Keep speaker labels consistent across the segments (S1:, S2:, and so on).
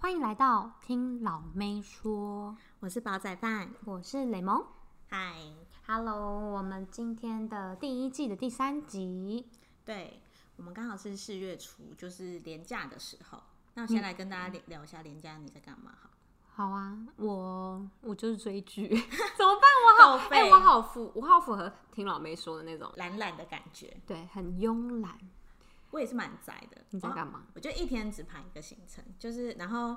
S1: 欢迎来到听老妹说，
S2: 我是煲仔饭，
S1: 我是雷蒙。
S2: 嗨，
S1: Hello，我们今天的第一季的第三集，
S2: 对我们刚好是四月初，就是年假的时候。那我
S1: 嗯
S2: 先来跟大家聊聊一下年假你在干嘛好？
S1: 好啊，我我就是追 剧，怎么办？我好
S2: 报备
S1: 哎、我好符，我好符合听老妹说的那种，
S2: 懒懒的感觉，
S1: 对，很慵懒。
S2: 我也是蛮宅的。
S1: 你在
S2: 哦
S1: 干嘛？
S2: 我就一天只排一个行程，就是然后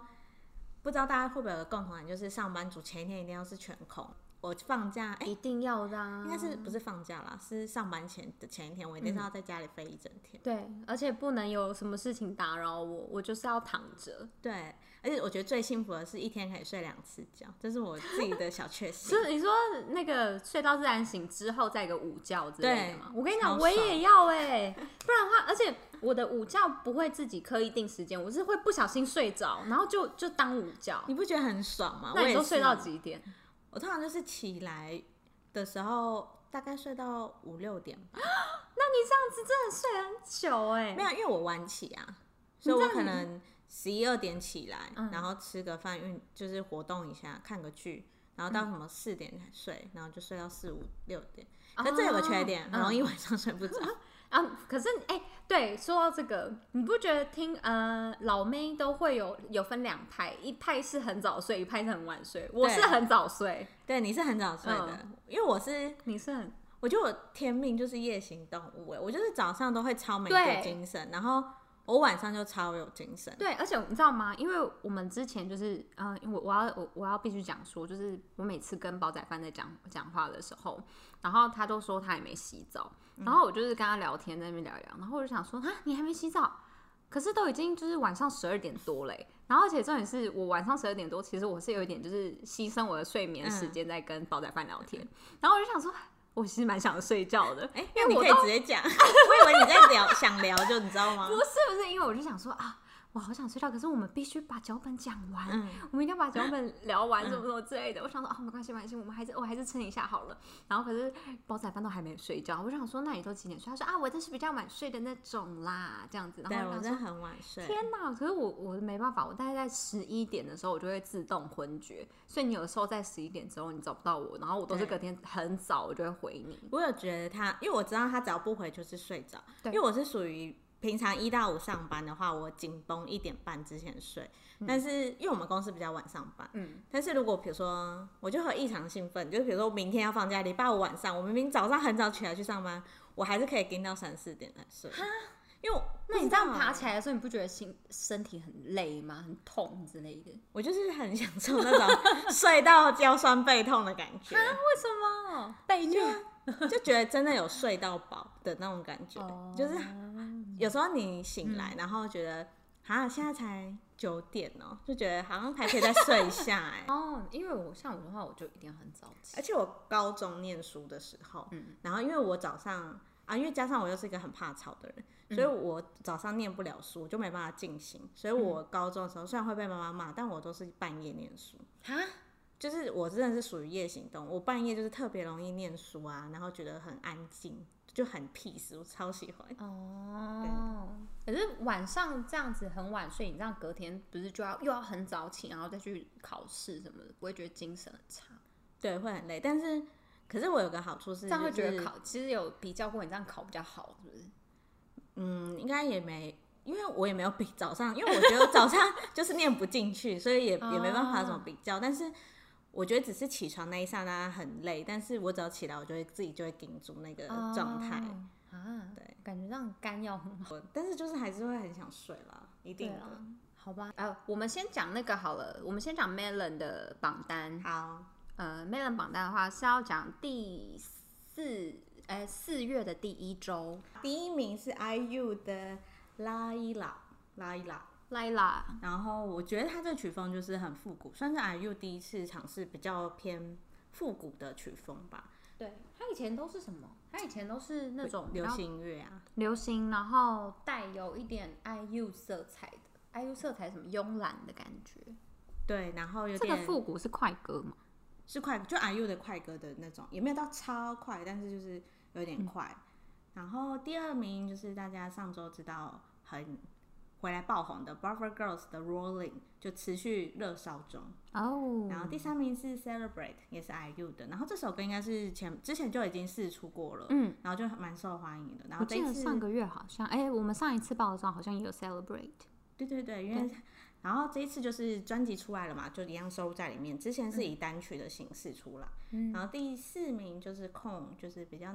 S2: 不知道大家会不会有个共同感，就是上班族前一天一定要是全空。我放假，哎、
S1: 一定要的、啊，
S2: 应该是不是放假啦？是上班前的前一天，我一
S1: 嗯
S2: 定是要在家里飞一整天。
S1: 对，而且不能有什么事情打扰我，我就是要躺着。
S2: 对，而且我觉得最幸福的是一天可以睡两次觉，这是我自己的小确幸
S1: 就。是你说那个睡到自然醒之后再一个午觉之类的吗？
S2: 对
S1: 我跟你讲，
S2: 超爽
S1: 我也要哎、不然的话，而且我的午觉不会自己刻意定时间，我是会不小心睡着，然后就就当午觉。
S2: 你不觉得很爽吗？
S1: 那
S2: 我
S1: 你
S2: 也
S1: 都
S2: 是啊
S1: 睡到几点？
S2: 我通常就是起来的时候，大概睡到五六点吧。
S1: 那你这样子真的睡很久哎、
S2: 没有，因为我晚起啊，
S1: 你
S2: 所
S1: 这
S2: 以我
S1: 样
S2: 可
S1: 你
S2: 能十一二点起来，
S1: 嗯
S2: 然后吃个饭，运就是活动一下，看个剧，然后
S1: 嗯
S2: 到什么四点才睡，然后就睡到四五六点。
S1: 哦
S2: 可是这有个缺点，
S1: 嗯
S2: 很容易晚上睡 不着。
S1: 啊。可是哎、对，说到这个，你不觉得听呃老妹都会有有分两派，一派是很早睡，一派是很晚睡。我是
S2: 对
S1: 很早睡，
S2: 对，你是很早睡的，
S1: 嗯
S2: 因为我是，
S1: 你是很
S2: 我觉得我天命就是夜行动物、欸，我就是早上都会超没
S1: 对
S2: 有精神，然后我晚上就超有精神。
S1: 对，而且你知道吗？因为我们之前就是，嗯、我我要我我要必须讲说，就是我每次跟煲仔饭在讲讲话的时候，然后他都说他也没洗澡，然后我就是跟他聊天在那边聊一聊，然后我就想说啊，你还没洗澡？可是都已经就是晚上十二点多嘞、然后而且重点是我晚上十二点多，其实我是有一点就是牺牲我的睡眠时
S2: 嗯
S1: 间在跟煲仔饭聊天，然后我就想说，我其实蛮想睡觉的，
S2: 哎、
S1: 因为
S2: 那你
S1: 我
S2: 可以
S1: 都
S2: 直接讲，我 以为你在聊 想聊就你知道吗
S1: 不？是不是，因为我就想说啊，我好想睡觉，可是我们必须把脚本讲完，
S2: 嗯
S1: 我们一定要把脚本聊完，什么什么之类的。我想说啊，没关系没关系，我们还是我还是撑一下好了。然后可是煲仔饭都还没睡觉，我就想说那你都几点睡？他说啊，我这是比较晚睡的那种啦，这样子。
S2: 对，
S1: 然后
S2: 我
S1: 我就
S2: 真的
S1: 想说。
S2: 很晚睡。
S1: 天哪！可是我我没办法，我大概在十一点的时候，我就会自动昏厥，所以你有时候在十一点之后你找不到我，然后我都是
S2: 对
S1: 隔天很早我就会回你。
S2: 我有觉得他，因为我知道他只要不回就是睡着，
S1: 对
S2: 因为我是属于平常一到五上班的话，我紧绷一点半之前睡，但是因为我们公司比较晚上班，
S1: 嗯，
S2: 但是如果比如说我就会异常兴奋，就是比如说明天要放假，礼拜五晚上，我明明早上很早起来去上班，我还是可以盯到三四点才睡，因为我
S1: 那你这样爬
S2: 来。
S1: 起来的时候，你不觉啊得心身体很累吗？很痛之类的？
S2: 我就是很享受那种睡到腰酸背痛的感觉，
S1: 为什么被虐？
S2: 就觉得真的有睡到饱的那种感觉。
S1: 哦
S2: 就是有时候你醒来，然后觉得啊，现在才九点哦、就觉得好像还可以再睡一下 哎、
S1: 哦，因为我像我的话，我就一定要很早起
S2: 而。且我高中念书的时候，然后因为我早上啊，因为加上我又是一个很怕吵的人，所以我早上念不了书，就没办法进行。所以我高中的时候虽然会被妈妈骂，但我都是半夜念书。
S1: 啊，
S2: 就是我真的是属于夜行动物，我半夜就是特别容易念书啊，然后觉得很安静，就很 peace，我超喜欢。
S1: 哦，可是晚上这样子很晚睡，你这样隔天不是就要又要很早起，然后再去考试什么的，不会觉得精神很差？
S2: 对，会很累，但是可是我有个好处是、
S1: 这
S2: 就
S1: 样
S2: 是，
S1: 会觉得考，其实有比较过，你这样考比较好，是不是？
S2: 嗯，应该也没，因为我也没有比早上，因为我觉得早上 就是念不进去，所以也也没办法怎么
S1: 哦
S2: 比较，但是。我觉得只是起床那一刹那很累，但是我只要起来，我就会自己就会顶住那个状态。
S1: 哦啊，
S2: 对，
S1: 感觉这样肝要很好。
S2: 我但是就是还是会很想睡啦，一定
S1: 哦对
S2: 的
S1: 啊。好吧，呃，我们先讲那个好了，我们先讲 Melon 的榜单。
S2: 好，
S1: 呃，Melon 榜单的话是要讲第四，呃，四月的第一周。
S2: 第一名是 IU 的拉伊拉拉伊拉，
S1: Lila，
S2: 然后我觉得他这曲风就是很复古，算是 IU 第一次尝试比较偏复古的曲风吧，
S1: 对他以前都是什么？他以前都是那种比
S2: 流
S1: 较
S2: 行乐啊。
S1: 流行，然后带有一点 IU 色彩的 IU 色彩，什么慵懒的感觉。
S2: 对，然后有
S1: 这个
S2: 点
S1: 复古是快歌吗？
S2: 是快，就 IU 的快歌的那种，也没有到超快，但是就是
S1: 嗯
S2: 有点快。然后第二名就是大家上周知道很回来爆红的 Buffer Girls 的 Rolling 就持续热烧中。
S1: 哦，
S2: 然后第三名是 Celebrate，也是 IU 的。然后这首歌应该是前之前就已经试出过了，
S1: 嗯，
S2: 然后就蛮受欢迎的。然
S1: 我
S2: 后这
S1: 记
S2: 一
S1: 得
S2: 次，
S1: 上个月好像，哎、我们上一次报的时候好像也有 celebrate，
S2: 对对对，因为 然后这一次就是专辑出来了嘛，就一样收录在里面。之前是以单曲的形式出来，
S1: 嗯
S2: 然后第四名就是控，就是比较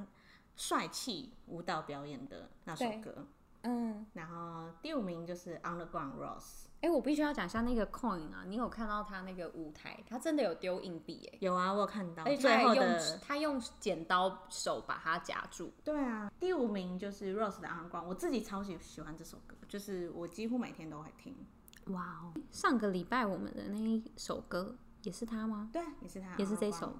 S2: 帅气舞蹈表演的那首
S1: 对
S2: 歌。
S1: 嗯，
S2: 然后第五名就是 Underground Rose，
S1: 哎、我必须要讲一下那个 coin 啊，你有看到他那个舞台，他真的有丢硬币哎、
S2: 有啊，我有看到，
S1: 而且他
S2: 最
S1: 还
S2: 后
S1: 用
S2: 的
S1: 他用剪刀手把它夹住，
S2: 对啊，第五名就是 Rose 的 Underground，我自己超级喜欢这首歌，就是我几乎每天都会听。
S1: 哇哦！上个礼拜我们的那一首歌也是他吗？
S2: 对，啊也是他，
S1: 也是这首，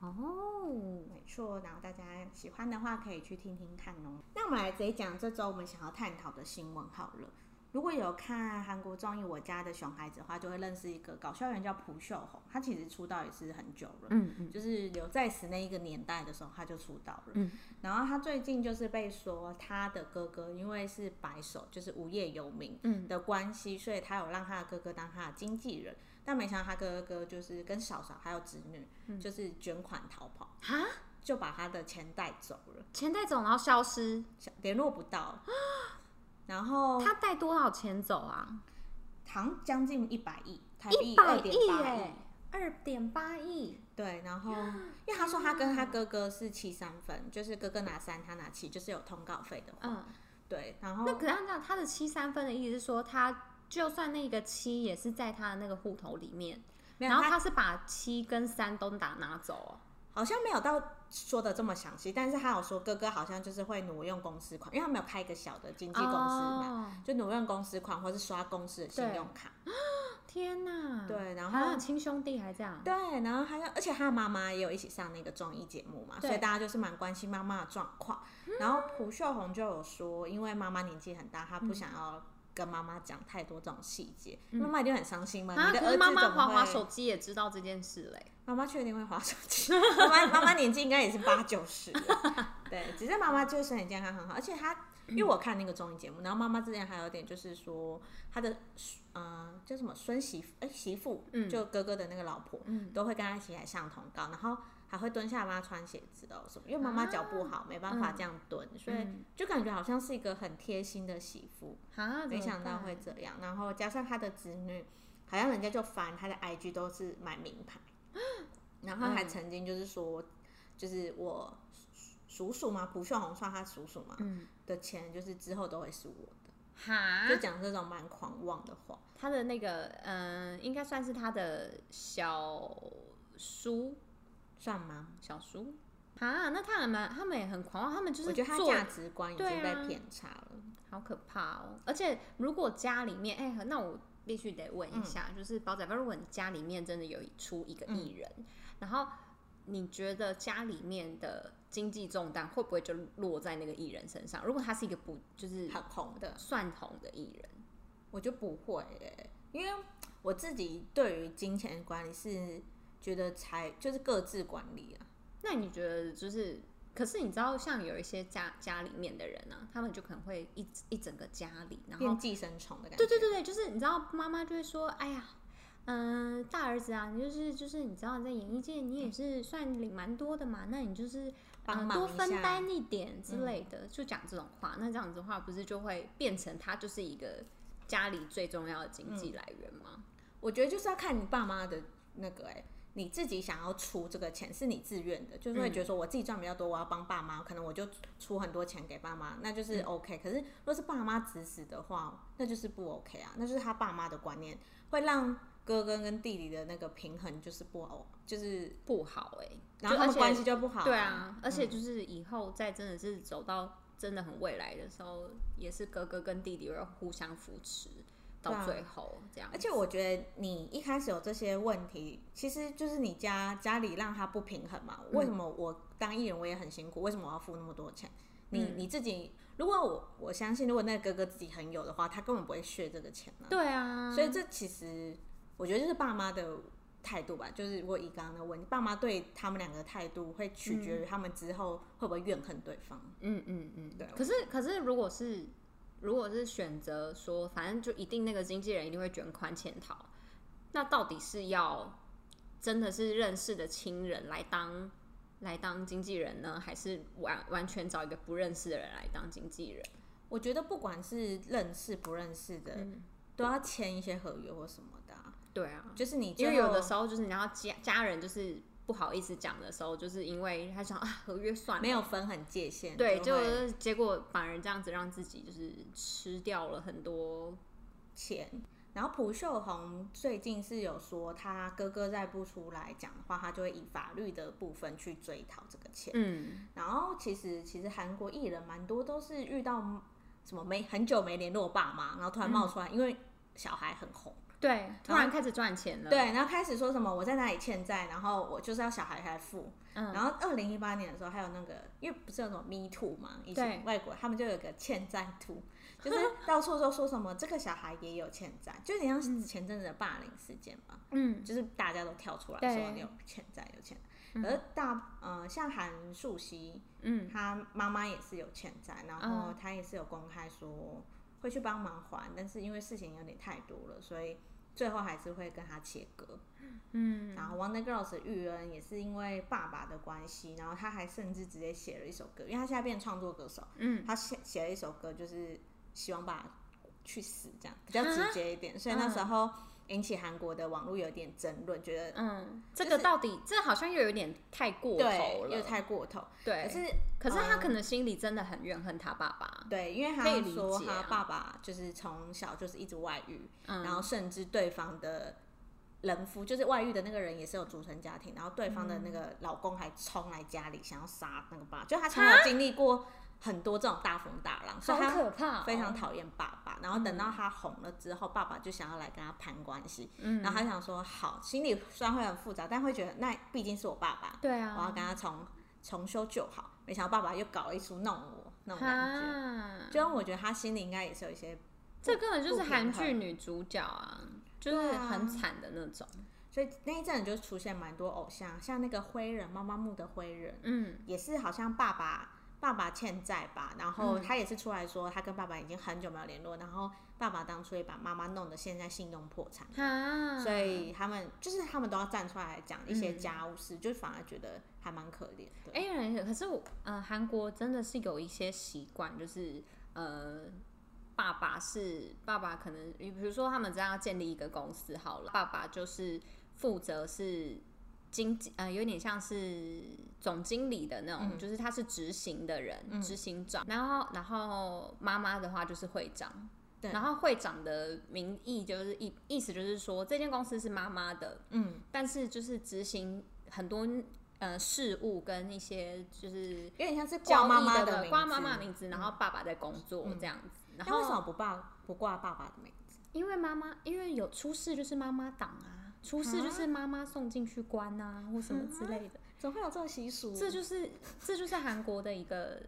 S2: 哦，没错。然后大家喜欢的话可以去听听看哦。那我们来直接讲这周我们想要探讨的新闻好了。如果有看韩国综艺《我家的熊孩子》的话，就会认识一个搞笑演员叫朴秀红，他其实出道也是很久了。
S1: 嗯嗯，
S2: 就是刘在石那一个年代的时候，他就出道了。
S1: 嗯，
S2: 然后他最近就是被说他的哥哥因为是白手，就是无业游民，
S1: 嗯
S2: 的关系，所以他有让他的哥哥当他的经纪人，但没想到他哥哥就是跟嫂嫂还有侄女，
S1: 嗯
S2: 就是卷款逃跑，
S1: 哈，
S2: 就把他的钱带走了，
S1: 钱带走然后消失，
S2: 想联络不到。然后
S1: 他带多少钱走啊？
S2: 好像将近一百亿台币，
S1: 一
S2: 二
S1: 百
S2: 点
S1: 亿
S2: 八亿
S1: 耶，二点八亿，
S2: 对，然后因为他说他跟他哥哥是七三分，就是哥哥拿三，他拿七，就是有通告费的话。
S1: 嗯，
S2: 对，然后
S1: 那可是这样，他的七三分的意思是说，他就算那个七也是在他的那个户头里面，
S2: 没有
S1: 然后
S2: 他
S1: 他是把七跟三都打拿走哦。
S2: 好像没有到说的这么详细，但是他有说哥哥好像就是会挪用公司款，因为他没有开一个小的经纪公司嘛，
S1: 哦
S2: 就挪用公司款或是刷公司的信用卡。
S1: 哦天哪！
S2: 对然
S1: 还
S2: 后
S1: 有亲兄弟还这样，
S2: 对，然后他就，而且他的妈妈也有一起上那个综艺节目嘛，
S1: 对
S2: 所以大家就是蛮关心妈妈的状况。然后朴秀红就有说，因为妈妈年纪很大，她不
S1: 嗯
S2: 想要跟妈妈讲太多这种细节，妈妈一定很伤心嘛。
S1: 啊，
S2: 你的
S1: 可
S2: 儿
S1: 是
S2: 子
S1: 妈
S2: 怎
S1: 妈
S2: 么
S1: 滑
S2: 会？
S1: 滑手机也知道这件事嘞。
S2: 妈妈确定会划手机， 妈妈妈妈年纪应该也是八九十了， 对，只是妈妈就是身体健康很好，而且她因为我看那个综艺节目，然后妈妈之前还有点就是说她的呃叫什么孙媳妇哎、媳妇，
S1: 嗯
S2: 就哥哥的那个老婆，
S1: 嗯
S2: 都会跟她一起来上通告，然后还会蹲下帮她穿鞋子哦什么，因为妈妈脚不好、没办法这样蹲，所以
S1: 嗯
S2: 就感觉好像是一个很贴心的媳妇，
S1: 啊，
S2: 没想到会这样，然后加上他的子女，好像人家就翻他的 IG 都是买名牌，然后还
S1: 嗯
S2: 曾经就是说，就是我叔叔嘛，朴秀红算他叔叔嘛、
S1: 嗯啊
S2: 的钱，就是之后都会是我的，
S1: 哈
S2: 就，讲这种蛮狂妄的话。
S1: 哦他的那个嗯，应该算是他的小叔，
S2: 算吗？
S1: 小叔啊，那他还蛮，他们也很狂妄，他们就
S2: 我
S1: 是
S2: 觉得他
S1: 做
S2: 价值观已经
S1: 对啊
S2: 被偏差了。
S1: 好可怕哦！而且如果家里面，哎、那我必须得问一下，
S2: 嗯
S1: 就是煲仔饭，如果你家里面真的有出一个艺人，
S2: 嗯
S1: 然后你觉得家里面的经济重担会不会就落在那个艺人身上？如果他是一个不就是
S2: 很红的
S1: 算红的艺人，
S2: 我就不会、欸，因为我自己对于金钱管理是觉得才就是各自管理啊。
S1: 那你觉得就是？可是你知道，像有一些家家里面的人啊，他们就可能会一一整个家里，然后
S2: 变寄生虫的感觉，
S1: 对对对对，就是你知道，妈妈就会说：“哎呀，嗯、大儿子啊，你就是就是，你知道你在演艺界你也是算领蛮多的嘛，那你就是
S2: 帮
S1: 嗯、
S2: 忙
S1: 多
S2: 一
S1: 分
S2: 下嗯
S1: 担一点之类的，就讲这种话。那这样子的话，不是就会变成他就是一个家里最重要的经济
S2: 嗯
S1: 来源吗？
S2: 我觉得就是要看你爸妈的那个、欸，你自己想要出这个钱是你自愿的，就是会
S1: 嗯
S2: 觉得说我自己赚比较多，我要帮爸妈，可能我就出很多钱给爸妈，那就是
S1: 嗯
S2: OK、可是如果是爸妈指使的话，那就是不 OK 啊，那就是他爸妈的观念会让哥哥跟弟弟的那个平衡就是不好，就是
S1: 不好哎、
S2: 然后
S1: 就
S2: 他
S1: 而
S2: 们
S1: 且
S2: 关系就不好、嗯
S1: 对，啊，而且就是以后再真的是走到真的很未来的时候，也是哥哥跟弟弟会互相扶持到
S2: 对啊
S1: 最后这样子。
S2: 而且我觉得你一开始有这些问题，其实就是你家家里让他不平衡嘛。为什
S1: 嗯
S2: 么我当艺人我也很辛苦，为什么我要付那么多钱？你、
S1: 嗯
S2: 你自己，如果我我相信，如果那个哥哥自己很有的话，他根本不会削这个钱啊。
S1: 对啊，
S2: 所以这其实我觉得就是爸妈的态度吧，就是如果以刚刚的问题，爸妈对他们两个的态度会取
S1: 嗯
S2: 决于他们之后会不会怨恨对方。
S1: 嗯嗯嗯，
S2: 对啊
S1: 可是可是，如果是如果是选择说，反正就一定那个经纪人一定会卷款潜逃，那到底是要真的是认识的亲人来当来当经纪人呢，还是完完全找一个不认识的人来当经纪人？
S2: 我觉得不管是认识不认识的，都要签一些合约或什么的啊、
S1: 对嗯啊，
S2: 就是你
S1: 因为
S2: 最
S1: 有
S2: 后
S1: 的时候就是你要家家人就是不好意思讲的时候，就是因为他想啊合约算了，
S2: 没有分很界限，
S1: 对，
S2: 就
S1: 就
S2: 会
S1: 是结果反而这样子让自己就是吃掉了很多，
S2: 钱。然后蒲秀红最近是有说，他哥哥再不出来讲的话，他就会以法律的部分去追讨这个钱。
S1: 嗯，
S2: 然后其实其实韩国艺人蛮多都是遇到什么没很久没联络爸妈，然后突然冒出来，因为小孩很红，
S1: 对，突
S2: 然
S1: 然开始赚钱了，
S2: 对，，然后开始说什么我在哪里欠债，然后我就是要小孩来付。
S1: 嗯
S2: 然后二零一八年的时候，还有那个，因为不是有什么 Me Too 嘛，以前
S1: 对
S2: 外国他们就有个欠债图，就是到处都说什么这个小孩也有欠债，就有点像前阵子的霸凌事件嘛，
S1: 嗯，
S2: 就是大家都跳出来
S1: 对
S2: 说你有欠债有欠债，可是大呃像韩素汐，
S1: 嗯，
S2: 她妈妈也是有欠债，然后
S1: 嗯
S2: 她也是有公开说会去帮忙还，但是因为事情有点太多了，所以最后还是会跟她切割。
S1: 嗯，
S2: 然后 Wonder Girls 的玉恩也是因为爸爸的关系，然后他还甚至直接写了一首歌，因为他现在变创作歌手，
S1: 嗯，
S2: 他写写了一首歌，就是希望爸爸去死这样，比
S1: 啊
S2: 较直接一点，所以那时候引起韩国的网络有点争论，觉得
S1: 嗯，这
S2: 就
S1: 个
S2: 是
S1: 到底这好像又有点太过头
S2: 对，
S1: 了，
S2: 又太过头。可
S1: 对。
S2: 是嗯哦
S1: 可是他可能心里真的很怨恨他爸爸，
S2: 对，因为他
S1: 可以理
S2: 说
S1: 解
S2: 他
S1: 啊
S2: 爸爸就是从小就是一直外遇，
S1: 嗯
S2: 然后甚至对方的人夫就是外遇的那个人也是有组成家庭，然后对方
S1: 嗯
S2: 的那个老公还冲来家里想要杀那个爸，就他从小经历过很多这种大风大浪，所以他
S1: 怕哦
S2: 非常讨厌爸爸。然后等到他红了之后，爸爸就想要来跟他攀关系，
S1: 嗯
S2: 然后他想说好，心里虽然会很复杂，但会觉得那毕竟是我爸爸，
S1: 对
S2: 我要
S1: 啊，
S2: 跟他重重修旧好。没想到爸爸又搞了一出弄我那种感觉。
S1: 啊，
S2: 就让我觉得他心里应该也是有一些，
S1: 这根本就是
S2: 不平
S1: 韩剧
S2: 衡
S1: 女主角啊，就是
S2: 对啊
S1: 很惨的那种，
S2: 所以那一阵就出现蛮多偶像，像那个灰人妈妈木的灰人，
S1: 嗯
S2: 也是好像爸爸爸爸欠债吧，然
S1: 嗯
S2: 后他也是出来说他跟爸爸已经很久没有联络，然后爸爸当初也把妈妈弄得现在信用破产，
S1: 啊，
S2: 所以他们就是他们都要站出来讲一些
S1: 嗯
S2: 家务事，就反而觉得还蛮可怜的。
S1: 哎、可是我，呃，韩国真的是有一些习惯，就是呃，爸爸是爸爸，可能比如说他们这样建立一个公司好了，爸爸就是负责是经济，呃，有点像是总经理的那种，
S2: 嗯
S1: 就是他是执行的人，执、行长。然后，然后妈妈的话就是会长。
S2: 对
S1: 然后会长的名义就是意意思就是说，这间公司是妈妈的，
S2: 嗯，
S1: 但是就是执行很多呃事务跟一些就是
S2: 有点像是
S1: 交
S2: 挂
S1: 易
S2: 妈妈
S1: 的
S2: 名字，
S1: 挂妈妈的名字，嗯然后爸爸在工作这样子。然
S2: 那为什
S1: 后
S2: 么不挂不挂爸爸的名字？
S1: 因为妈妈因为有出事就是妈妈挡啊，出事就是妈妈送进去关啊或什么之类的，
S2: 怎么会有这种习俗？
S1: 这就是这就是韩国的一个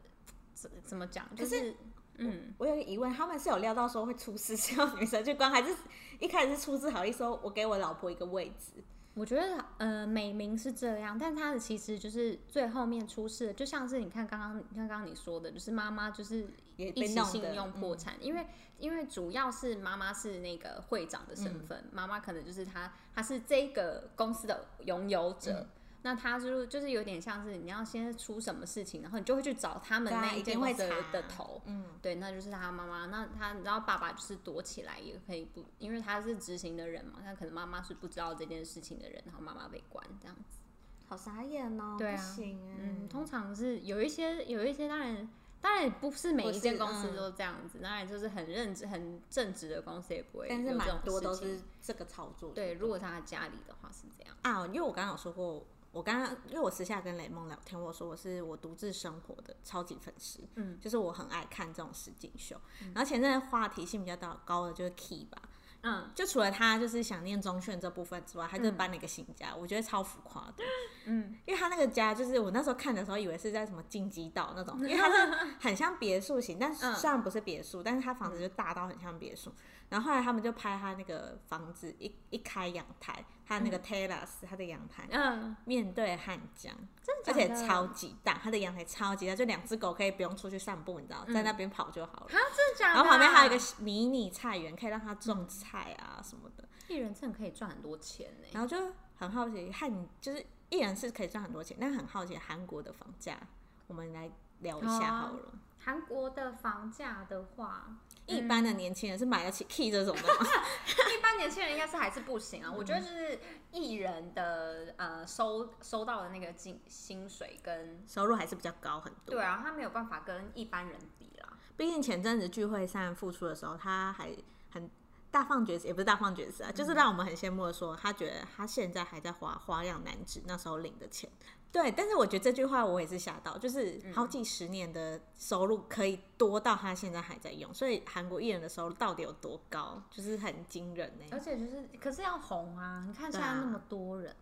S1: 怎怎么讲，就是嗯
S2: 我有一个疑问，他们是有料到说会出事，是要女生去关，还是一开始是出自好意说，我给我老婆一个位置？
S1: 我觉得呃，美名是这样，但他的其实就是最后面出事的，就像是你看刚刚，你看刚刚你说的，就是妈妈就是
S2: 也
S1: 一
S2: 被
S1: 起
S2: 弄
S1: 信
S2: 得嗯
S1: 用破产，因为因为主要是妈妈是那个会长的
S2: 嗯
S1: 身份，妈妈可能就是她，她是这个公司的拥有
S2: 嗯
S1: 者。那她就就是有点像是你要先出什么事情，然后你就会去找他们
S2: 对啊
S1: 那
S2: 一
S1: 间
S2: 定
S1: 公
S2: 会
S1: 司的
S2: 查
S1: 的头，
S2: 嗯，
S1: 对，那就是他妈妈。那他你知道爸爸就是躲起来也可以不，因为他是执行的人嘛，他可能妈妈是不知道这件事情的人，然后妈妈被关这样子。
S2: 好傻眼哦、
S1: 对啊
S2: 不行哎、
S1: 嗯，通常是有一些有一些当然。当然也不是每
S2: 不
S1: 一
S2: 是
S1: 间公司
S2: 嗯
S1: 都这样子，当然就是很认真、很正直的公司也不会有
S2: 但
S1: 这
S2: 是
S1: 种
S2: 蛮多
S1: 事
S2: 都
S1: 情
S2: 是这个操作。
S1: 对，如果他家里的话是这样，
S2: 啊，因为我刚刚有说过，我刚刚因为我私下跟雷梦聊天，我说我是我独自生活的超级粉丝，
S1: 嗯，
S2: 就是我很爱看这种实景秀。然后前阵子话题性比较高高的就是 Key 吧，
S1: 嗯，
S2: 就除了他就是想念中炫这部分之外，他就搬了一个新家，我觉得超浮夸的。
S1: 嗯，
S2: 因为他那个家就是我那时候看的时候，以为是在什么晋级岛那种，因为 它是很像别墅型，但是
S1: 嗯
S2: 虽然不是别墅，但是他房子就大到很像别墅。然后后来他们就拍他那个房子一一开阳台，它那个 terrace 它的阳台
S1: 嗯，
S2: 面对汉江，
S1: 真的假
S2: 而且
S1: 的
S2: 超级大，它的阳台超级大，就两只狗可以不用出去散步，你知道，在那边跑就好了。
S1: 啊，真的假的啊？
S2: 然后旁边还有一个迷你菜园，可以让它种
S1: 嗯
S2: 菜啊什么的。
S1: 艺人证可以赚很多钱呢、
S2: 然后就很好奇汉，就是艺人是可以赚很多钱，但很好奇韩国的房价，我们来聊一下好了。
S1: 韩国的房价的话，
S2: 一般的年轻人是买得起 key 这种的吗？
S1: 一般年轻人应该是还是不行啊。我觉得就是艺人的呃收收到的那个薪薪水跟
S2: 收入还是比较高很多。
S1: 对啊，他没有办法跟一般人比啦。
S2: 毕竟前阵子聚会上复出的时候，他还很大放厥词，也不是大放厥词啊，
S1: 嗯
S2: 就是让我们很羡慕的说，他觉得他现在还在花花样男子那时候领的钱。对，但是我觉得这句话我也是吓到，就是
S1: 嗯
S2: 好几十年的收入可以多到他现在还在用，所以韩国艺人的收入到底有多高，就是很惊人呢、
S1: 而且就是，可是要红啊！你看现
S2: 对啊
S1: 在那么多人，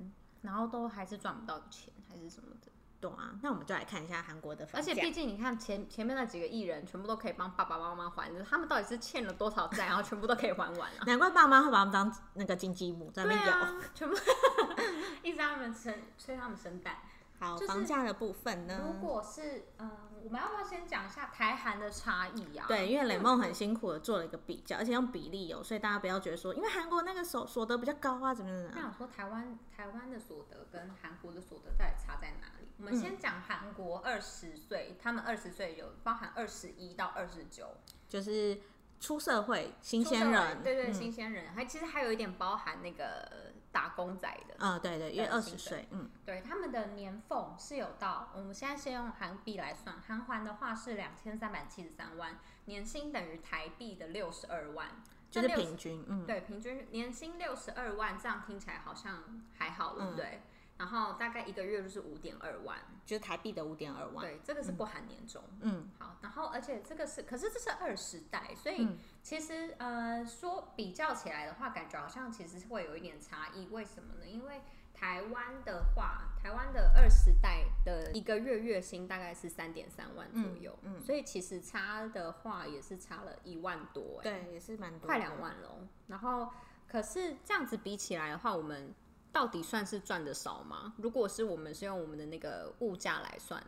S1: 然后都还是赚不到钱，还是什么的。
S2: 懂啊？那我们就来看一下韩国的
S1: 而
S2: 房价。
S1: 且。毕竟你看前前面那几个艺人，全部都可以帮爸爸妈妈还，就是他们到底是欠了多少债，然后全部都可以还完啊
S2: 难怪爸妈会把他们当那个金鸡 母在那
S1: 对
S2: 边咬。
S1: 啊，全部 一直让他们生催他们生蛋。
S2: 好，
S1: 就是
S2: 房价的部分呢？
S1: 如果是嗯、我们要不要先讲一下台韩的差异呀、啊？
S2: 对，因为雷梦很辛苦的做了一个比较，而且用比例有，所以大家不要觉得说，因为韩国那个所所得比较高啊，怎么怎么
S1: 那
S2: 样。
S1: 想说台湾台湾的所得跟韩国的所得到底差在哪里？我们
S2: 嗯
S1: 先讲韩国二十岁，他们二十岁有包含二十一到二十九
S2: 就是出社会新
S1: 出社
S2: 鲜
S1: 会
S2: 人，
S1: 对对，
S2: 嗯
S1: 新鲜人，还其实还有一点包含那个打工仔的，
S2: 啊、对对，因为
S1: 对
S2: 二
S1: 新
S2: 十
S1: 生
S2: 岁，嗯，
S1: 对他们的年俸是有到，我们现在先用韩币来算，韩环的话是两千三百七十三万，年薪等于台币的六十二万，
S2: 就
S1: 那
S2: 是
S1: 60
S2: 平均，嗯，
S1: 对，平均年薪六十二万，这样听起来好像还好，对不
S2: 嗯
S1: 对？然后大概一个月就是五点二万，
S2: 就是台币的五点二万，
S1: 对，这个是不含年终。
S2: 嗯，
S1: 好，然后而且这个是，可是这是二十代，所以
S2: 嗯
S1: 其实、呃说比较起来的话，感觉好像其实是会有一点差异。为什么呢？因为台湾的话，台湾的二十代的一个月月薪大概是三点三万左右，
S2: 嗯嗯
S1: 所以其实差的话也是差了一万多、欸，
S2: 对，也是蛮多的，
S1: 快两万了哦。然后，可是这样子比起来的话，我们到底算是赚的少吗？如果是我们是用我们的那个物价来算，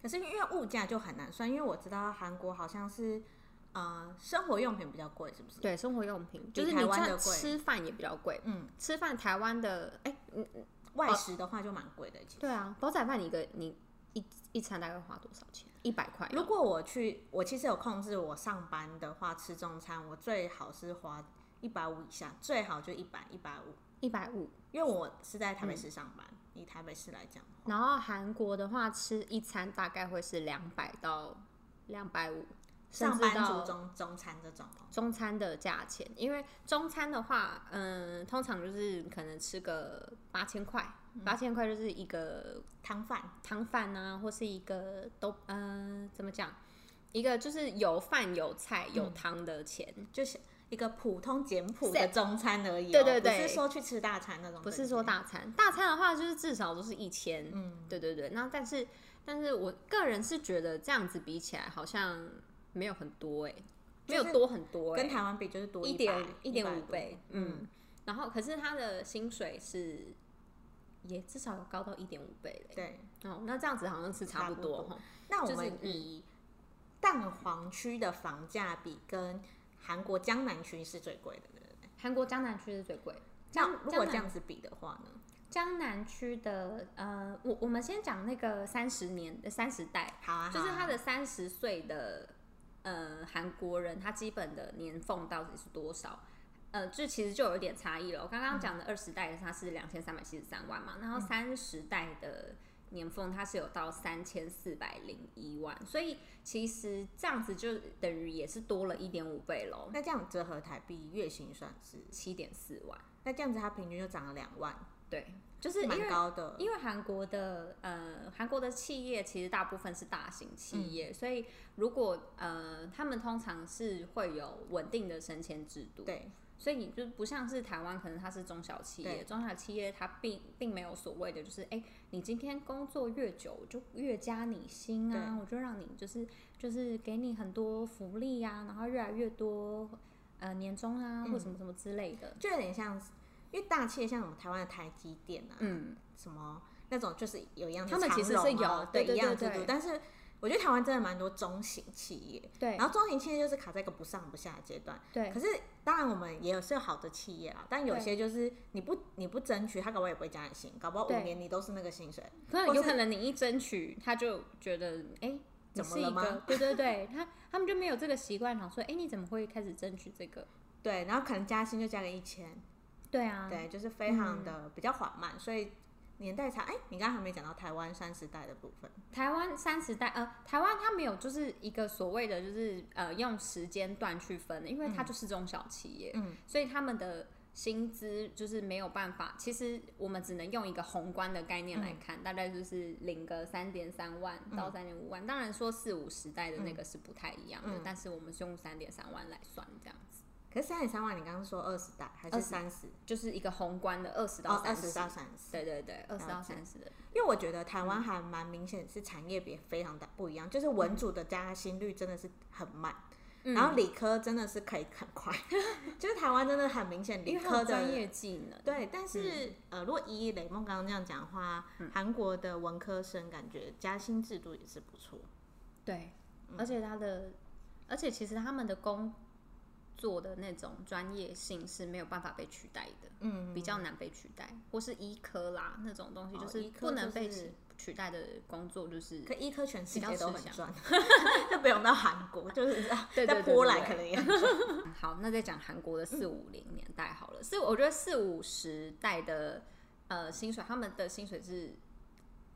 S2: 可是因为物价就很难算，因为我知道韩国好像是，呃，生活用品比较贵，是不是？
S1: 对，生活用品
S2: 比
S1: 就是你
S2: 台湾
S1: 这样
S2: 的贵
S1: 吃饭也比较贵。
S2: 嗯，
S1: 吃饭台湾的，哎、
S2: 外食的话就蛮贵的，其实。
S1: 对啊，煲仔饭你一个你一一餐大概花多少钱？一百块。
S2: 如果我去，我其实有控制我上班的话，吃中餐我最好是花一百五以下，最好就一百一百五，
S1: 一百五，
S2: 因为我是在台北
S1: 嗯
S2: 市上班，以台北市来讲，
S1: 然后韩国的话，吃一餐大概会是两百到两百五，甚
S2: 上
S1: 至
S2: 班
S1: 到
S2: 族中中餐这种哦，
S1: 中餐的价钱，因为中餐的话，嗯，通常就是可能吃个八千块，
S2: 嗯
S1: 八千块就是一个
S2: 汤饭
S1: 汤饭啊，或是一个都，嗯、怎么讲，一个就是有饭有菜有汤的钱，
S2: 就是一个普通简朴的中餐而已哦、
S1: 对对对
S2: 不是说去吃大餐那种，
S1: 不
S2: 对
S1: 是说，大餐，大餐的话就是至少都是一千，
S2: 嗯，
S1: 对对对。那但是，但是我个人是觉得这样子比起来好像没有很多哎、没有
S2: 就是
S1: 多很多哎、
S2: 跟台湾比就是多
S1: 一
S2: 点
S1: 点一点五倍，
S2: 嗯，
S1: 嗯。然后，可是他的薪水是也至少有高到一点五倍嘞。
S2: 对。
S1: 哦，那这样子好像是差不
S2: 差
S1: 多
S2: 不
S1: 哈。
S2: 那我
S1: 就是嗯
S2: 们以蛋黄区的房价比跟韩国江南区是最贵的，对不对？
S1: 韩国江南区是最贵。
S2: 那
S1: 江
S2: 如果
S1: 江南
S2: 这样子比的话呢？
S1: 江南区的呃，我我们先讲那个三十年的三十代，
S2: 好啊，
S1: 就是
S2: 好啊
S1: 他的三十岁的呃韩国人，他基本的年俸到底是多少？呃，这其实就有一点差异了。我刚刚讲的二十代的他是两千三百七十三万嘛，然后三十代的年俸他是有到三千四百零一万，所以其实这样子就等于也是多了一点五倍喽，
S2: 那这样折合台币月薪算是，
S1: 七点四万。
S2: 那这样子它平均就涨了两万，
S1: 对，就是因为
S2: 蛮高的。
S1: 因为韩国的呃，韩国的企业其实大部分是大型企业，所以如果呃，他们通常是会有稳定的升迁制度，
S2: 对，
S1: 所以你就不像是台湾，可能它是中小企业，
S2: 对
S1: 中小企业它并并没有所谓的就是，哎、你今天工作越久，我就越加你薪啊，我就让你就是就是给你很多福利
S2: 嗯
S1: 啊，然后越来越多呃年终啊、或什么什么之类的，
S2: 就有点像，因为大气像什么台湾的台积电啊，
S1: 嗯，
S2: 什么那种就是有一样的
S1: 他们
S2: 长
S1: 其实
S2: 荣
S1: 是
S2: 啊
S1: 有
S2: 对
S1: 对对
S2: 一样的
S1: 对
S2: 制度
S1: 对，
S2: 但是我觉得台湾真的蛮多中型企业，
S1: 对
S2: 然后中型企业就是卡在一个不上不下的阶段。
S1: 对
S2: 可是当然我们也有是有好的企业啦，但有
S1: 对
S2: 些就是你不你不争取，他搞不好也不会加你薪，搞不好五
S1: 对
S2: 年你都是那个薪水。
S1: 可能
S2: 或
S1: 有
S2: 是
S1: 可能你一争取，他就觉得哎、诶你
S2: 怎么
S1: 是
S2: 了
S1: 一个
S2: 吗
S1: 对对对，他他们就没有这个习惯，想说哎、诶你怎么会开始争取这个？
S2: 对，然后可能加薪就加个一千，
S1: 对啊，嗯
S2: 对，就是非常的比较缓慢，所以年代差。哎、你刚刚还没讲到台湾三十代的部分，
S1: 台湾三十代，呃，台湾它没有就是一个所谓的就是呃用时间段去分的，因为它就是中小企业，
S2: 嗯，
S1: 所以他们的薪资就是没有办法。其实我们只能用一个宏观的概念来看，大概就是领个三点三万到三点五万。当然说四五十代的那个是不太一样的，
S2: 嗯
S1: 但是我们是用三点三万来算，这样子
S2: 可是三十三万，你刚刚说二十代还是三十？
S1: 就是一个宏观的二十
S2: 哦
S1: 到，
S2: 二
S1: 三
S2: 十
S1: 十、嗯
S2: 到三十。
S1: 对对对，二十到
S2: 了解
S1: 三十的，
S2: 因为我觉得台湾还蛮明显是产业别非常的不一样，就是文组的加薪率真的是很慢，
S1: 嗯
S2: 然后理科真的是可以很 快，就是台湾真的很明显理
S1: 因为它
S2: 科
S1: 有专
S2: 的。
S1: 业嗯技能，
S2: 对，但是、呃，如果依雷梦刚刚这样讲的话，
S1: 嗯
S2: 韩国的文科生感觉加薪制度也是不错。
S1: 对，而且他的，而且其实他们的工作的那种专业性是没有办法被取代的，
S2: 嗯，
S1: 比较难被取代，或是医科啦那种东西，
S2: 哦
S1: 就是
S2: 医科
S1: 不能被
S2: 就是
S1: 取取代的工作，就是
S2: 可医科全世界
S1: 比较
S2: 都
S1: 吃香
S2: 很赚，就不用到韩国，就是
S1: 对对
S2: 在
S1: 对对
S2: 波兰
S1: 对
S2: 可能也很
S1: 好，那再讲韩国的
S2: 嗯
S1: 四五零年代好了，四我觉得四五十代的呃薪水，他们的薪水是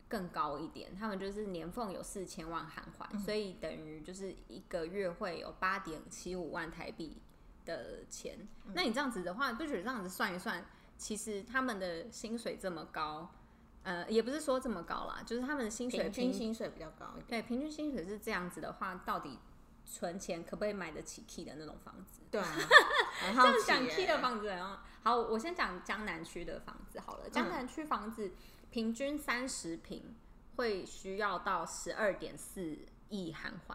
S1: 更高一点，他们就是年俸有四千万韩环，
S2: 嗯
S1: 所以等于就是一个月会有八点七五万台币的钱。
S2: 嗯
S1: 那你这样子的话，不觉得这样子算一算，其实他们的薪水这么高，呃，也不是说这么高啦，就是他们的薪水
S2: 平均
S1: 平
S2: 薪水比较高一点。
S1: 对平均薪水是这样子的话，到底存钱可不可以买得起 key 的那种房子？
S2: 对啊，很
S1: 这
S2: 好
S1: 样
S2: 奇
S1: 讲
S2: 耶
S1: T 的房子很好，好，我先讲江南区的房子好了。江南区房子平均三十平会需要到十二点四亿韩环，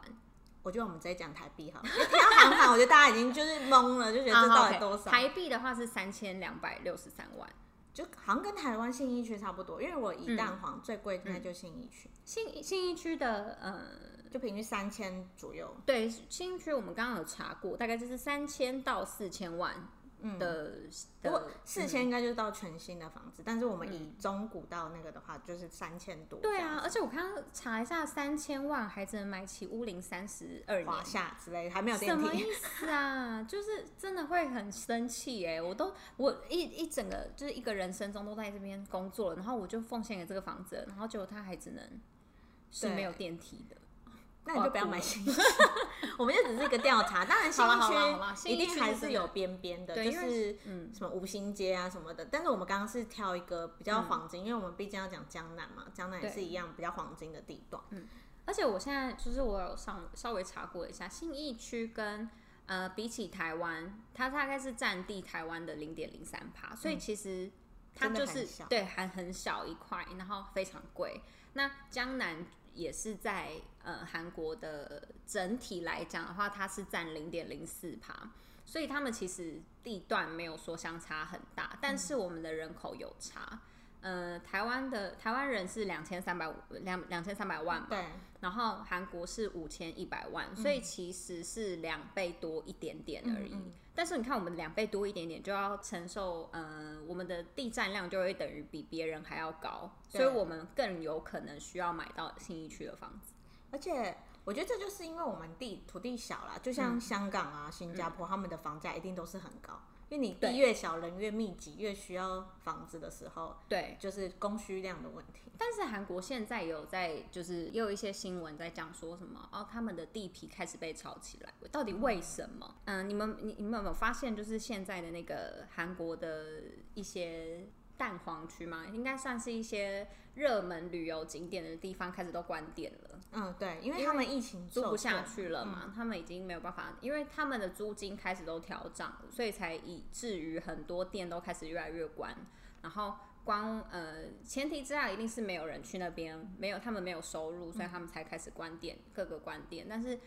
S2: 我觉得我们直接讲台币好了， 因为听到韩款，我觉得大家已经就是懵了，就觉得
S1: 啊
S2: 这到底多少？
S1: 台币的话是三千两百六十三万。
S2: 就好像跟台湾信义区差不多，因为我一
S1: 嗯
S2: 蛋黄最贵应该就信义区，
S1: 新新一区的呃，
S2: 就平均三千左右。
S1: 对新一区我们刚刚有查过，大概就是三千到四千万的、
S2: 嗯不过
S1: 的。嗯
S2: 四千应该就是到全新的房子，但是我们以中古到那个的话，就是三千多。
S1: 嗯对啊，，而且我刚刚查一下，三千万还只能买起屋龄三十二年
S2: 华夏之类的还没有
S1: 什
S2: 电
S1: 么
S2: 梯。
S1: 意思啊？就是真的会很生气哎、我都我一一整个就是一个人生中都在这边工作了，然后我就奉献给这个房子了，然后结果他还只能是
S2: 对
S1: 没有电梯的。
S2: 那你就不要买 新区，我们就只是一个调查。当然信
S1: 好啦好啦好啦
S2: 义区
S1: 信
S2: 一
S1: 义区
S2: 定还
S1: 是真
S2: 是
S1: 的
S2: 有边边的，
S1: 对
S2: 呃就
S1: 因为
S2: 是什么五星街啊什么的。但是我们刚刚是挑一个比较黄金，因为我们毕竟要讲江南嘛，江南
S1: 嗯
S2: 也
S1: 对
S2: 是一样比较黄金的地段。
S1: 而且我现在就是我有上稍微查过一下，信义区跟呃比起台湾，它大概是占地台湾的零点零三趴，所以其实它
S2: 嗯真
S1: 就
S2: 的很
S1: 是
S2: 小
S1: 对还很小一块，然后非常贵。那江南也是在呃韩国的整体来讲的话，它是占零点零四趴。所以他们其实地段没有说相差很大，但
S2: 嗯
S1: 是我们的人口有差。呃，台湾的台湾人是两千三百两两千三百万嘛，
S2: 对，
S1: 然后韩国是五千一百
S2: 嗯
S1: 万，所以其实是两倍多一点点而已。
S2: 嗯嗯
S1: 但是你看，我们两倍多一点点就要承受，呃，我们的地占量就会等于比别人还要高，
S2: 对
S1: 所以我们更有可能需要买到新一区的房子。
S2: 而且我觉得这就是因为我们地土地小
S1: 嗯
S2: 啦，就像香港啊、新加坡，他们的房价一定都是很高，因为你地
S1: 对
S2: 越小，人越密集，越需要房子的时候，
S1: 对，
S2: 就是供需量的问题。
S1: 但是韩国现在有在，就是也有一些新闻在讲说什么哦，他们的地皮开始被炒起来，到底为什么？嗯，你们你你们有没有发现，就是现在的那个韩国的一些蛋黄区嘛，应该算是一些热门旅游景点的地方，开始都关店了。
S2: 嗯，对，因为他们疫情
S1: 租不下
S2: 受
S1: 去了嘛，他们已经没有办法，因为他们的租金开始都调涨了，所以才以至于很多店都开始越来越关。然后关呃，前提之下一定是没有人去那边，没有他们没有收入，所以他们才开始关店，各个关店。但是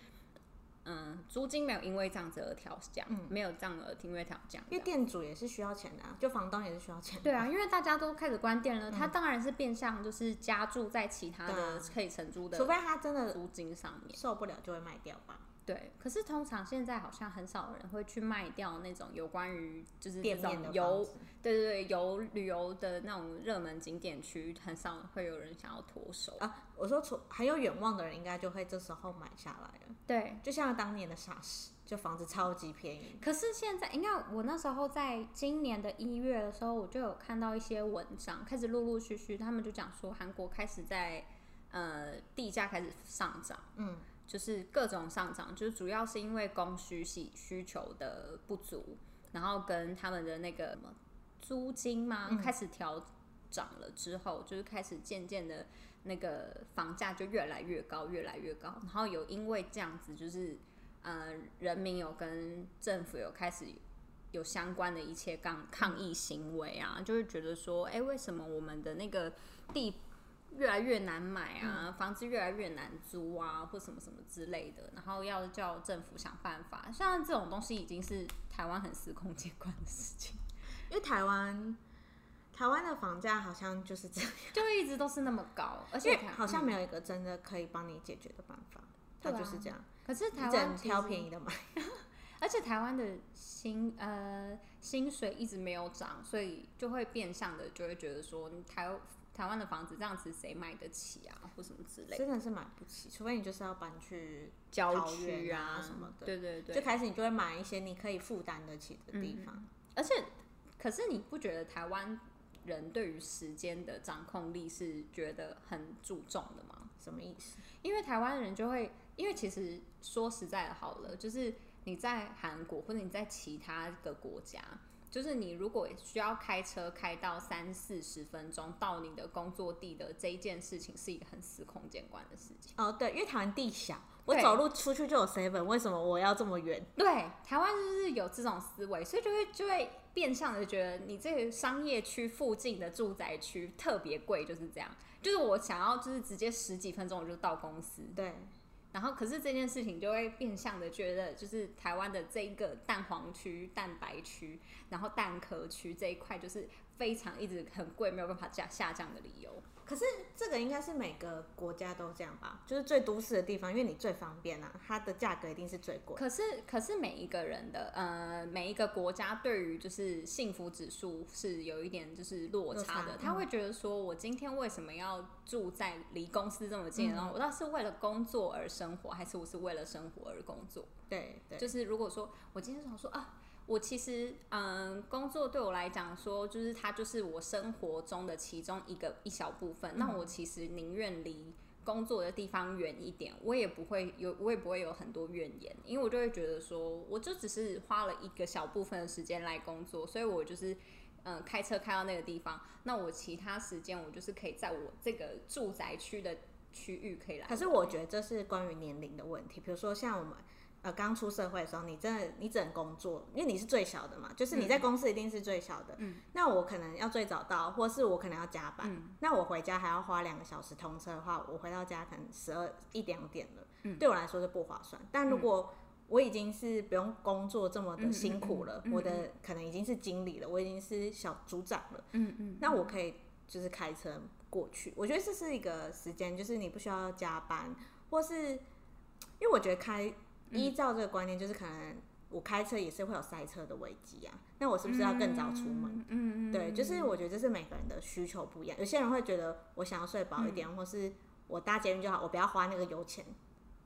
S1: 嗯，租金没有因为这样子而调降，没有这样而因为调降这
S2: 因
S1: 样
S2: 为。店主也是需要钱的、啊，就房东也是需要钱的。
S1: 嗯对啊，因嗯为大家都开始关店了，他当然是变相就是加注在其他
S2: 对
S1: 的
S2: 啊
S1: 可以承租
S2: 除
S1: 的
S2: 非他真的
S1: 租金上面。
S2: 受不了就会卖掉吧。
S1: 对，可是通常现在好像很少人会去卖掉那种有关于就是这
S2: 店面
S1: 种
S2: 的
S1: 游
S2: 房子，
S1: 对对对游旅游的那种热门景点区，很少会有人想要脱手。
S2: 啊，我说除很有远望的人，应该就会这时候买下来了。
S1: 对，
S2: 就像当年的沙士，就房子超级便宜，
S1: 可是现在，你看我那时候在今年的一月的时候，我就有看到一些文章，开始陆陆续续，他们就讲说韩国开始在呃地价开始上涨，
S2: 嗯，
S1: 就是各种上涨，就是主要是因为供需系需求的不足，然后跟他们的那个什么租金嘛、开始调涨了之后，就是开始渐渐的那个房价就越来越高，越来越高，然后有因为这样子就是。呃，人民有跟政府有开始有相关的一切抗抗议行为啊，就会觉得说，哎、为什么我们的那个地越来越难买
S2: 嗯
S1: 啊，房子越来越难租啊，或什么什么之类的，然后要叫政府想办法。像这种东西已经是台湾很司空见惯的事情，
S2: 因为台湾台湾的房价好像就是这样，
S1: 就一直都是那么高，而
S2: 因
S1: 且
S2: 为
S1: 台
S2: 好像
S1: 嗯
S2: 没有一个真的可以帮你解决的办法，它
S1: 对啊
S2: 就是这样，
S1: 可是
S2: 你
S1: 台
S2: 只
S1: 湾
S2: 能挑
S1: 宜，
S2: 便宜的买。
S1: 而且台湾的薪呃薪水一直没有涨，所以就会变相的就会觉得说你台台湾的房子这样子谁买得起啊，或什么之类的，
S2: 真的是买不起，除非你就是要搬去
S1: 郊
S2: 桃
S1: 区
S2: 园
S1: 啊
S2: 啊什么的
S1: 对对对，嗯
S2: 最开始你就会买一些你可以负担得起的地方。
S1: 而且，可是你不觉得台湾人对于时间的掌控力是觉得很注重的吗？
S2: 什么意思？
S1: 因为台湾人就会，因为其实说实在的，好了，就是你在韩国或者你在其他的国家，就是你如果需要开车开到三四十分钟到你的工作地的这一件事情，是一个很司空见惯的事情。
S2: 哦，对，因为台湾地小，我
S1: 对
S2: 走路出去就有 seven，为什么我要这么远？
S1: 对，台湾就是有这种思维，所以就会就会变相的觉得你这个商业区附近的住宅区特别贵，就是这样。就是我想要就是直接十几分钟我就到公司，
S2: 对，
S1: 然后可是这件事情就会变相的觉得，就是台湾的这一个蛋黄区、蛋白区，然后蛋壳区这一块就是非常一直很贵，没有办法下下降的理由。
S2: 可是这个应该是每个国家都这样吧？就是最都市的地方，因为你最方便啊，它的价格一定是最贵。
S1: 可是，可是每一个人的呃，每一个国家对于就是幸福指数是有一点就是落差的。
S2: 落差
S1: 他会觉得说，我今天为什么要住在离公司这么近？然后我到底是为了工作而生活，还是我是为了生活而工作？
S2: 对对，
S1: 就是如果说我今天想说啊，我其实嗯，工作对我来讲说，就是它就是我生活中的其中一个一小部分。
S2: 嗯
S1: 那我其实宁愿离工作的地方远一点，我也不会有，我也不会有很多怨言，因为我就会觉得说，我就只是花了一个小部分的时间来工作，所以我就是。嗯，开车开到那个地方，那我其他时间我就是可以在我这个住宅区的区域可以来玩。
S2: 可是我觉得这是关于年龄的问题，比如说像我们。呃，刚出社会的时候，你真的你只能工作，因为你是最小的嘛，就是
S1: 嗯
S2: 你在公司一定是最小的。嗯，那我可能要最早到，或是我可能要加班，
S1: 嗯
S2: 那我回家还要花两个小时通车的话，我回到家可能十二一两点了，
S1: 嗯
S2: 对我来说是不划算。但如果我已经是不用工作这
S1: 嗯
S2: 么的辛苦了，我的可能已经是经理了，我已经是小组长了，
S1: 嗯嗯，
S2: 那我可以就是开车过去。我觉得这是一个时间，就是你不需要加班，或是因为我觉得开
S1: 嗯
S2: 依照这个观念，就是可能我开车也是会有塞车的危机啊。那我是不是要更早出门？
S1: 嗯嗯，嗯
S2: 对，就是我觉得这是每个人的需求不一样。有些人会觉得我想要睡饱一点，
S1: 嗯
S2: 或是我搭捷运就好，我不要花那个油钱。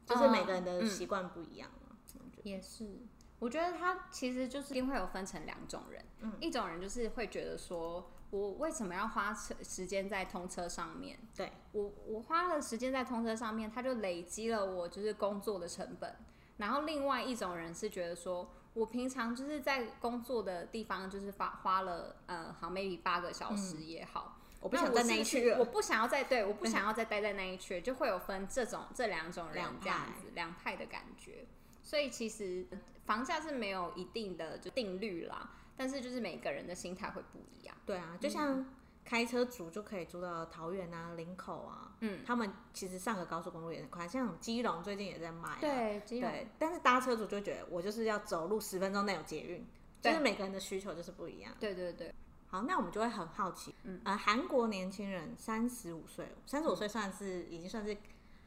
S2: 就是
S1: 哦
S2: 每个人
S1: 嗯
S2: 的习惯不一样嘛。
S1: 也是，我觉得他其实就是一定会有分成两种人，一种人就是会觉得说，我为什么要花车时间在通车上面？
S2: 对
S1: 我我花了时间在通车上面，他就累积了我就是工作的成本。然后另外一种人是觉得说，我平常就是在工作的地方就是花花了呃，好 maybe 八个小时也好，
S2: 我不想在那
S1: 是不
S2: 一区
S1: 是
S2: 了
S1: 我不想要再对，我不想要再待在那一区，就会有分这种这两种人
S2: 两派
S1: 这样子两派的感觉。所以其实房价是没有一定的就定律啦，但是就是每个人的心态会不一样。嗯
S2: 对啊，就像开车族就可以租到桃园啊、林口啊，
S1: 嗯，
S2: 他们其实上个高速公路也很快，像基隆最近也在卖、啊，
S1: 对，基隆
S2: 对，但是搭车族就觉得我就是要走路十分钟内有捷运，就
S1: 对
S2: 是每个人的需求就是不一样。
S1: 对对对，
S2: 好，那我们就会很好奇，
S1: 嗯
S2: 呃，韩国年轻人三十五岁，三十五岁算是已经算是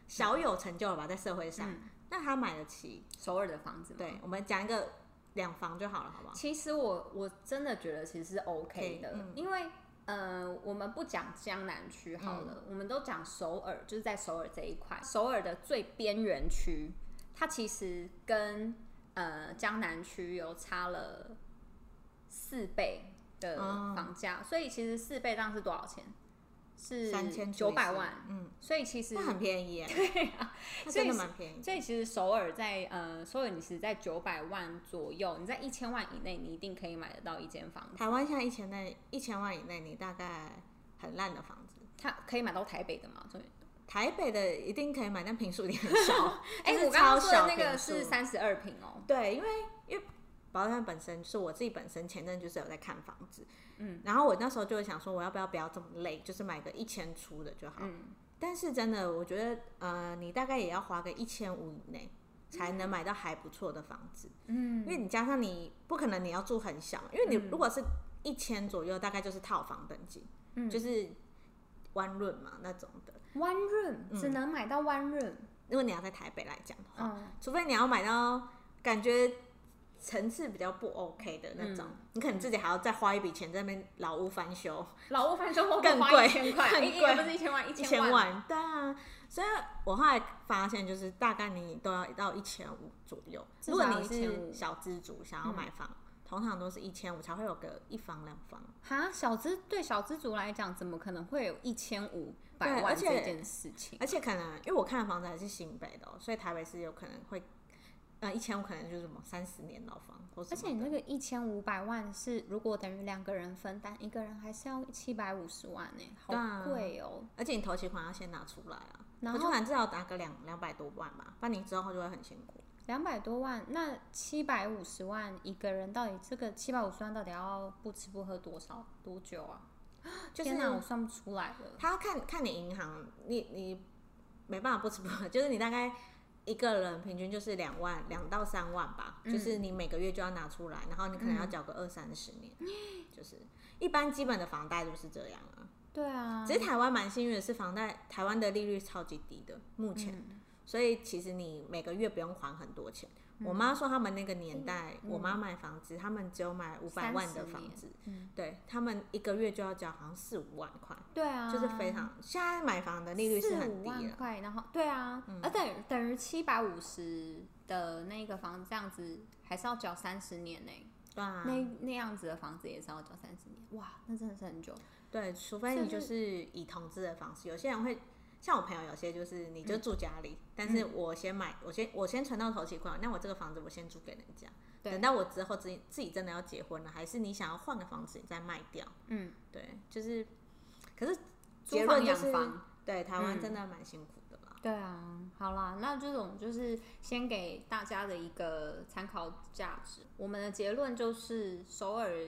S2: 小有成就了吧，在社会上，
S1: 嗯
S2: 那他买得起？
S1: 首尔的房子嘛。
S2: 对，我们讲一个两房就好了，好不好？
S1: 其实我我真的觉得其实是 OK 的，
S2: 嗯
S1: 因为呃，我们不讲江南区好了，
S2: 嗯
S1: 我们都讲首尔，就是在首尔这一块，首尔的最边缘区，它其实跟呃江南区有差了四倍的
S2: 哦
S1: 房价，所以其实四倍当是多少钱？是
S2: 三千
S1: 九百万，，
S2: 嗯，
S1: 所以其实
S2: 那很便宜耶，对啊， 真
S1: 所
S2: 的
S1: 以
S2: 蛮便宜的。
S1: 所以其实首尔在呃，首尔你其实在九百万左右，你在一千万以内，你一定可以买得到一间房子。
S2: 台湾现在一千内一千万以内，你大概很烂的房子，
S1: 它可以买到台北的吗？所以，。
S2: 台北的一定可以买，但平数一定很少
S1: 哎、
S2: 就是
S1: 我刚刚
S2: 超
S1: 说的
S2: 小
S1: 那个
S2: 平数
S1: 是三十二平哦。
S2: 对，因为因为保险本身就是我自己本身前阵就是有在看房子，
S1: 嗯，
S2: 然后我那时候就会想说，我要不要不要这么累，就是买个一千出的就好。
S1: 嗯，
S2: 但是真的，我觉得呃，你大概也要花个一千五以内。才能买到还不错的房子，因
S1: 嗯，
S2: 为你加上你不可能你要住很小，因为你
S1: 嗯
S2: 如果是一千左右，大概就是套房等级，
S1: 嗯
S2: 就是湾润嘛那种的。
S1: one room、只能买到 one room。
S2: 如果你要在台北来讲的话，
S1: 嗯
S2: 除非你要买到感觉层次比较不 OK 的那
S1: 嗯
S2: 种，你可能自己还要再花一笔钱在那边老屋翻修
S1: 老屋翻修后
S2: 更
S1: 花
S2: 贵
S1: 一千块，
S2: 更
S1: 一一
S2: 贵
S1: 个不是一千万，一
S2: 一千
S1: 万。
S2: 万，对啊。所以我后来发现，就是大概你都要到一千五左右。
S1: 至
S2: 如
S1: 少
S2: 果
S1: 要
S2: 你是
S1: 1500
S2: 小资族想要买房，
S1: 嗯
S2: 通常都是一千五才会有个一房两房。
S1: 哈，小资对小资族来讲，怎么可能会有一千五百
S2: 对而
S1: 万
S2: 且
S1: 这件事情？
S2: 而且可能因为我看的房子还是新北的哦、所以台北是有可能会，呃，一千五可能就是什么三十年老房，或
S1: 而
S2: 什么
S1: 且你
S2: 的
S1: 那个一千五百万是，如果等于两个人分担，一个人还是要七百五十万呢、欸
S2: 对啊
S1: 好贵哦、
S2: 而且你头期款要先拿出来啊，
S1: 然
S2: 头
S1: 后
S2: 期款至少拿个两两百多万吧，不然你之后就会很辛苦。
S1: 两百多万，那七百五十万一个人，到底这个七百五十万到底要不吃不喝多少多久啊？
S2: 就是
S1: 天哪，我算不出来了。
S2: 他看看你银行，你你没办法不吃不喝， 就是你大概一个人平均就是两万两到三万吧，
S1: 嗯
S2: 就是你每个月就要拿出来，然后你可能要缴个二三十年，就是一般基本的房贷都是这样啊。
S1: 对啊
S2: 只，是台湾蛮幸运的是，房贷台湾的利率超级低的，目前，
S1: 嗯
S2: 所以其实你每个月不用还很多钱。
S1: 嗯
S2: 我妈说他们那个年代，我妈买房子，他们只有买五百万的
S1: 30
S2: 房
S1: 嗯年
S2: 子，
S1: 嗯
S2: 对他们一个月就要交好像四五万块，
S1: 对啊，
S2: 就是非常现在买房的利率是
S1: 四
S2: 很
S1: 五
S2: 低嗯
S1: 万
S2: 的，
S1: 块，然后对啊，而等于等于七百五十的那个房子，这样子还是要缴三十年呢、
S2: 对啊，
S1: 那那样子的房子也是要缴三十年，哇，那真的是很久。
S2: 对，除非你就是以投资的方式，有些人会像我朋友，有些就是你
S1: 嗯
S2: 就住家里，但是我先买，我先我先存到头期款，那我这个房子我先租给人家，
S1: 对
S2: 等到我之后自己自己真的要结婚了，还是你想要换个房子你再卖掉，
S1: 嗯，
S2: 对，就是，可是
S1: 租
S2: 结
S1: 房
S2: 论就
S1: 养
S2: 是
S1: 房
S2: 对台湾
S1: 嗯
S2: 真的蛮辛苦的啦，
S1: 对啊，好啦，那这种就是先给大家的一个参考价值。我们的结论就是，首尔，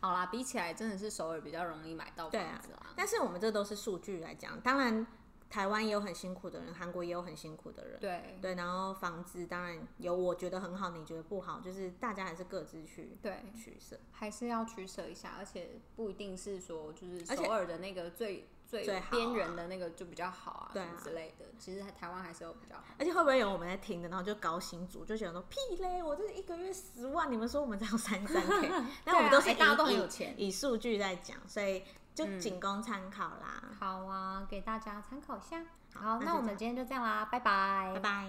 S1: 好啦，比起来真的是首尔比较容易买到
S2: 对
S1: 房
S2: 啊
S1: 子啦。
S2: 但是我们这都是数据来讲，当然台湾也有很辛苦的人，韩国也有很辛苦的人。
S1: 对
S2: 对，然后房子当然有，我觉得很好，你觉得不好，就是大家还是各自去
S1: 对，
S2: 取舍。
S1: 还是要取舍一下，而且不一定是说就是
S2: 而且
S1: 首尔的那个最最
S2: 最好啊
S1: 边缘的那个就比较好啊，
S2: 对
S1: 什
S2: 啊
S1: 么之类的。其实台湾还是有比较好。
S2: 而且会不会有我们在听的，然后就高薪族就觉得说屁嘞，我这一个月十万，你们说我们才有三三 k，那我们都是
S1: 哎
S2: 以、
S1: 大家都很
S2: 以
S1: 有钱
S2: 以数据在讲，所以就仅供参考啦。
S1: 好啊，给大家参考一下。好，
S2: 嗯那
S1: 那
S2: 就
S1: 我们
S2: 这
S1: 今
S2: 样
S1: 天就这样啦，拜拜
S2: 拜。拜。